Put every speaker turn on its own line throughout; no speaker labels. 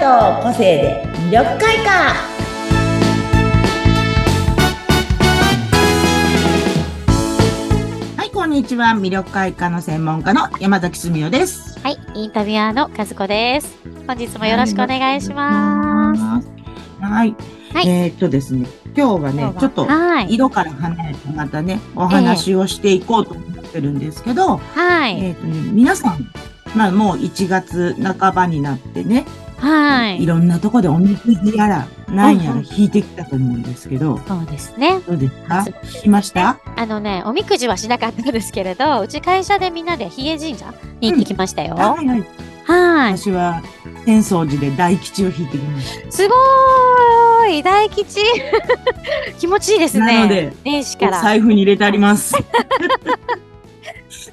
の個性で魅力開花はいこんにちは魅力開花の専門家の山崎澄代です
はい、インタビュアーの和子です。本日もよろしくお願いします。
はい、
はい
えーっとですね今日はね
今日は
ちょっと
はい、
色から離れてまたねお話をしていこうと思ってるんですけど、
はい、
えーっとね、皆さんまあもう1月半ばになってね、
はいい。
ろんなとこでおみくじやら、なんや
うん
ら
うん
引いてきたと思うんですけど、
そうですね。
どうですか
そう
聞きました
あのね、おみくじはしなかったんですけれど、う ち会社でみんなで比叡神社に行ってきましたよ。
はいはい。
はい。
私は、浅草寺で大吉を引いてきまし
すごーい大吉 気持ちいいです
た。
ね。
なので、
年始から。
財布に入れてあり ます。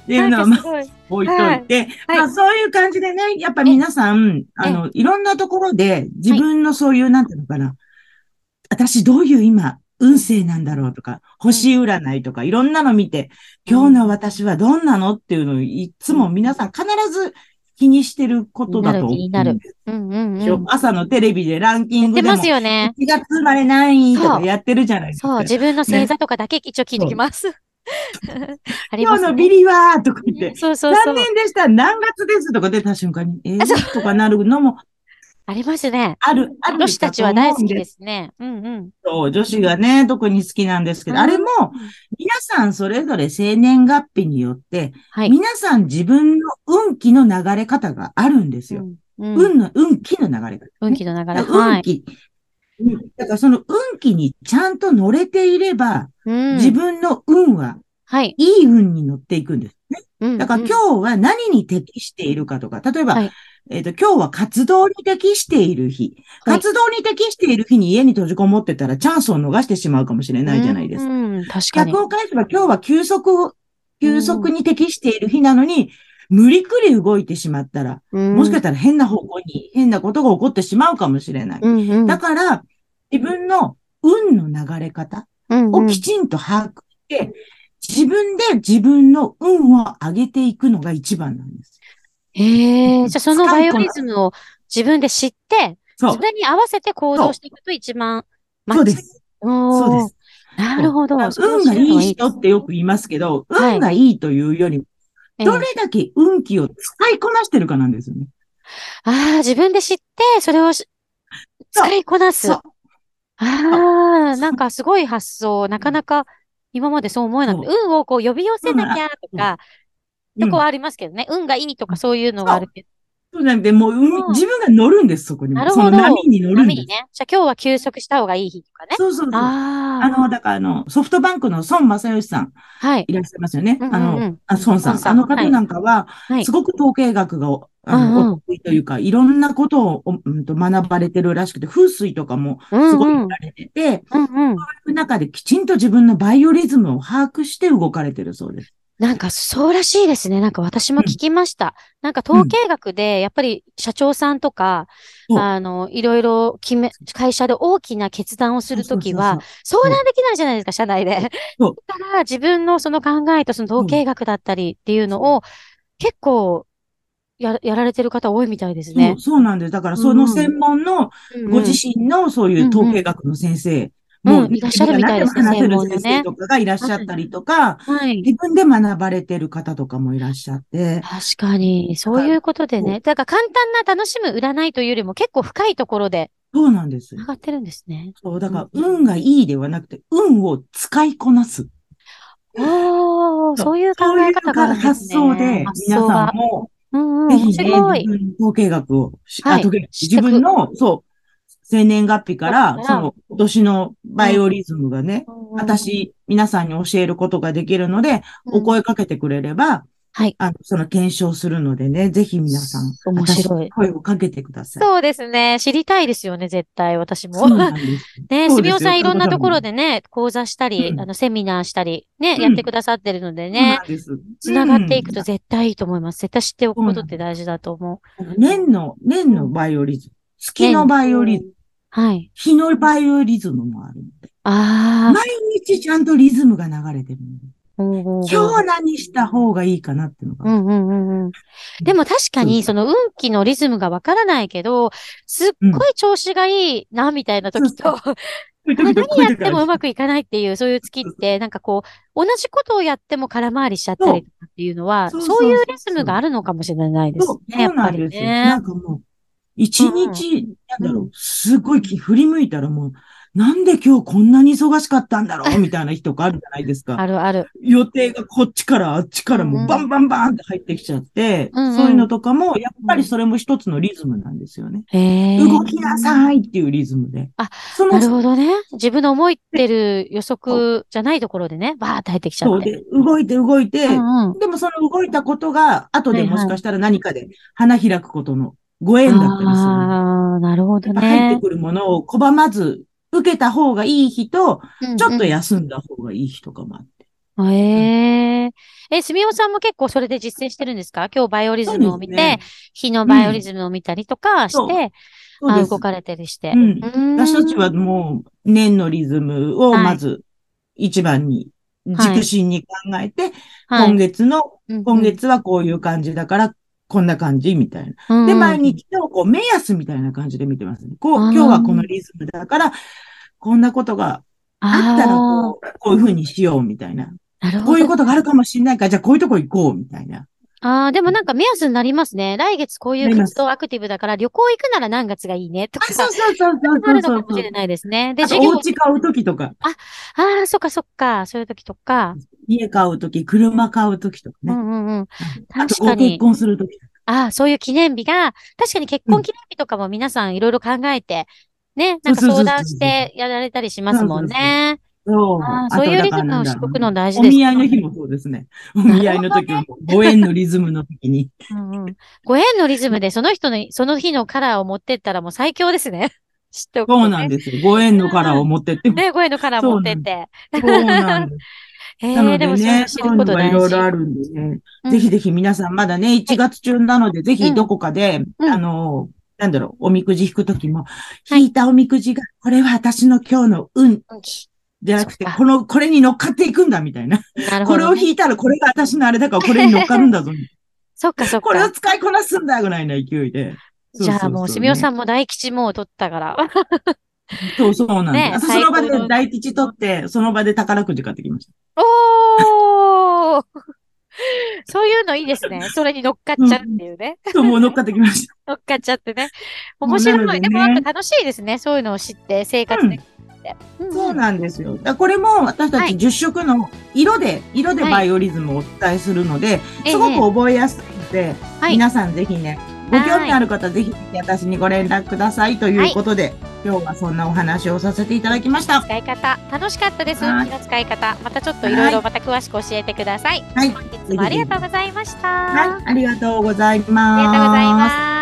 っていうのは、
なん
ま
か
あ
す、ごい
置いといて、
はい
まあ、そういう感じでね、やっぱ皆さん、あの、いろんなところで、自分のそういう、なんていうのかな、私どういう今、運勢なんだろうとか、星占いとか、いろんなの見て、今日の私はどんなのっていうのを、いつも皆さん必ず気にしてることだと思う
気になる
ん
気
です
うんうん
よ
うん。
朝のテレビでランキング
出
でも、
ま
1
すよね。
月生まれ何位とかやってるじゃないです
そう、
か。
自分の星座とかだけ一応聞いてきます。 あり
今
ます
日
ね
のビリはとか言って、
そうそうそ
何
う。
年でした何月ですとか出た瞬間に、えー、とかなるのも
ありますね。
ある、ある。
女子たちは大好きですすね。うんうん。
女子がね、特に好きなんですけど、
うん
あれも、皆さんそれぞれ生年月日によって、
はい。
皆さん自分の運気の流れ方があるんですよ。
うんうん
運の、運気の流れ方。
運気の流れ。
だから
は
運
い。
気。うんだからその運気にちゃんと乗れていれば、
自
自。分の運は、
はい。
いい運に乗っていくんですね。だ
だ
から今日は何に適しているかとか、例えば、
はい
えっ、と、今日は活動に適している日。
はい
活動に適している日に家に閉じこもってたらチャンスを逃してしまうかもしれないじゃないですか。
うん、確かに
逆。を返せば今日は休息を、休息に適している日なのに、無理くり動いてしまったら、も
も
しかしたら変な方向に変なことが起こってしまうかもしれない。
うん
だから、自分の運の流れ方をきちんと把握して、自分で自分の運を上げていくのが一番なんです。
へえ、じゃあそ
使
の
う
バ
と
イオリズムを自分で知って、
そ
自
う。
分に合わせて行動していくと一番、
そうで。す。そうです。
なるほど。それを
運
知
がい
るの
い人ってよく言いますけど、
はい
運がいいというよりも、
ええ
どれだけ運気を使いこなしてるかなんですよね。
ああ、自分で知って、それをし
そう
使いこなす。
そう
ああ、 なんかすごい発想。なかなか今までそう思えなくて、
そ
運をこう呼び寄せなきゃと
うん
か、
う
と
ん
こはありますけどね。運がいいとかそういうのはあるけど。
そうなんで、もう運
そう
自分が乗るんです、そこにも
なるほ
そ
ど
の波に乗るんで
波
す。
にね。じゃあ今日は休息した方がいい日とかね。
そうそうそう。あ
ああ、
の、だからあの、ソフトバンクの孫正義さん
はい。
いらっしゃいますよね。
うんうん
あ
う
の、
ん
あ孫さ
孫
ん。
さん
あの方なんかは、
はい
す。ごく統計学がお、あの、
うんうん
お得意というか、いろんなことを、おうんと、学ばれてるらしくて、風水とかも
うん
すごい
うん
見られてて、
うんうん。
そういう中できちんと自分のバイオリズムを把握して動かれてるそうです。
なんか、そうらしいですね。なんか私も聞きました。なんか統計学で、やっぱり社長さんとか、
そう
あの、いろいろ決め、会社で大きな決断をするとき
う
は、相
そう
談できないじゃないですか、社内で。
そう
だから、自分のその考えとその統計学だったりっていうのを、結構、や、やられてる方多いみたいです
そうそうそう、
ね
そう。そうなんです。だからその専門の、
うんうん
ご自身のそういう統計学の先生、も
うんいらっしゃるみたいですね
自分が
専
何でも
門のね
話せる先生とかがいらっしゃったりとか、
はい。
自分で学ばれてる方とかもいらっしゃって、
確かに、そういうことでね。だから簡単な楽しむ占いというよりも結構深いところで
そうなんです
上。がってるんですね。
そう、だから
うん
運がいいではなくて、運を使いこなす。
お
そう
ー、そういう考え方があるんです
発
ね。
想で、
発
皆
想
さ
が
ん。も、
うんうん、
ぜひ
面
ね、
白い
自。分の統計学をし、あ
はい
統計学
知っ
自
とく
分の、そう、生年月日から
だ、か
そ
ら
の、今年のバイオリズムがね、私、皆さんに教えることができるので、
うん、
お声かけてくれれば、
はい
あの、その検証するのでね、ぜひ皆さん、
面白い
私声をかけてください。
そうですね。知りたいですよね、絶対、私も。
そうなんです。
ね、
そう
す
です
み
よ
おさんいろんなところでね、講座したり
う、ん
あの、セミナーしたり、ね、
うん
やってくださってるので
そう
ね
な、んです。
つながっていく
う
と
ん
絶対いいと思います。絶対知っておくことって大事だと思う。
年の、年のバイオリズム、月のバイオリズム、
はい。
日のバイオリズムもあるので、
ああ、
毎日ちゃんとリズムが流れてるので
今
今日何した方がいいかなっていうの
う
が。
んうんうんうん。でも確かに、その運気のリズムがわからないけど、すっごい調子がいいな、みたいな時と、 何やってもうまくいかないっていう、そういう月って、なんかこう、同じことをやっても空回りしちゃったりとかっていうのは、
そう
そういう
そうそうそう
リズムがあるのかもしれないです
そう
ね、やっぱり
そうなん。
ね
ですよ。なんかもう、一日、なんだろ
う
う、すごいき振り向いたらもう、なんで今日こんなに忙しかったんだろうみたいな日とかあるじゃないですか。
あるある。
予定がこっちからあっちから
うんう
も
ん
うバンバンバンって入ってきちゃって、
うんうん
そういうのとかも、やっぱりそれも一つのリズムなんですよね。
へえ。
動きなさいっていうリズムで。
あ、
そ
な
の
るほどね。自分の思いってる予測じゃないところでね、バーって入ってきちゃ
そ
っ
う
て。
で、動いて動いて、
うんうん。
でもその動いたことが、後で
はいはい
もしかしたら何かで花開くことのご縁だったりするんで。
ああ、なるほど
入って
ね。
くるものを拒まず、受けた方がいい日と、ちょっと休んだ方がいい日とかもあって。
うんうん。へえ。え、すみおさんも結構それで実践してるんですか今日バイオリズムを見て、日のバイオリズムを見たりとかして、
そう
あ
です、
動かれたりして。
うん
ーん
私たちはもう、年のリズムをまず一番に、
はい
軸心に考えて、
はい
今月の、
うんうん
今月はこういう感じだから、こんな感じみたいな。
うんうん
で、毎日のこう目安みたいな感じで見てますね。こう
あー、
今日はこのリズムだから、こんなことがあったらこう、こういうふうにしようみたいな。
あーなるほど。
こういうことがあるかもしれないから、じゃあこういうとこ行こうみたいな。
ああ、でもなんか目安になりますね。来月こういう
なりま
活
す
動アクティブだから旅行行くなら何月がいいねとか、
うそうそうそ
なるのかもしれないですね。で、
あと
授業
お、家買うときとか、
ああ、そっかそっか、そういう時とか。
家買うとき、車買うときとか
う
ね。
んうんうん。
あと
確
ご
か
結
に。
婚するとき。
ああ、そういう記念日が、確かに結婚記念日とかも皆さんいろいろ考えて、ね、なんか
そうそうそうそう
相談してやられたりしますもんね。
そう
あ
あ
ーそうい
と
う
だ
リ
から
ズム
な
を
んだ
し
ろ
と
う
く
な
の大事
お
です
見合いの
ね。
日もそう ですね。お見合いの時はもう、ご縁のリズムの時に。
うんうんご縁のリズムでその人の、その日のカラーを持ってったらもう最強ですね。 知っておくとね。
そうなんですよ。ご縁のカラーを持ってって。
ね、ご縁のカラー持ってって。
そうなんです。
え
なの
で
で
もそ
ね
れ、知
そうい
る
う
こ
の
と
がい
大
ろい
事。
ろあるんでね。
うん
ぜひぜひ皆さんまだね、1月中なので、ぜひどこかで、
うん
あの、なんだろう、おみくじ引くときも、
い
引いたおみくじが、これは私の今日の運じゃなくて
そっ、か
この、これに乗っかっていくんだ、みたいな。
なるほ
これ
ど
を
ね。
引いたら、これが私のあれ だから、これに乗っかるんだぞ。
そっかそっ
これを
か。
使いこなすんだ、ぐらいの勢いで。
じゃあもう、すみお
ん。
さんも大吉もう取ったから。
そうそうなん
ね
です。
最
その
高
場
の
で大吉取って、その場で宝くじ買ってきました。
おー そういうのいいですね。それに乗っかっちゃうっていうね。
そう、もう乗っかってきました。
乗っかっちゃってね。
も
面
うな
白
のでね
い。でもなんか楽しいですね。そういうのを知って、生活できて。うん
そうなんですよ。だからこれも私た
はい
ち10色の色で、色でバイオリズムをお伝えするので、
ええ
すごく覚えやすいので、
はい
皆さんぜひね、ご興味ある方ぜひ私にご連絡くださいということで、今日はそんなお話をさせていただきました。
使い方、楽しかったです。
はい
運気の使い方。またちょっといろいろまた詳しく教えてください。
はい
本日もありがとうございました。
はい、ありがとうござい
ありがとうござい
ます。
ます。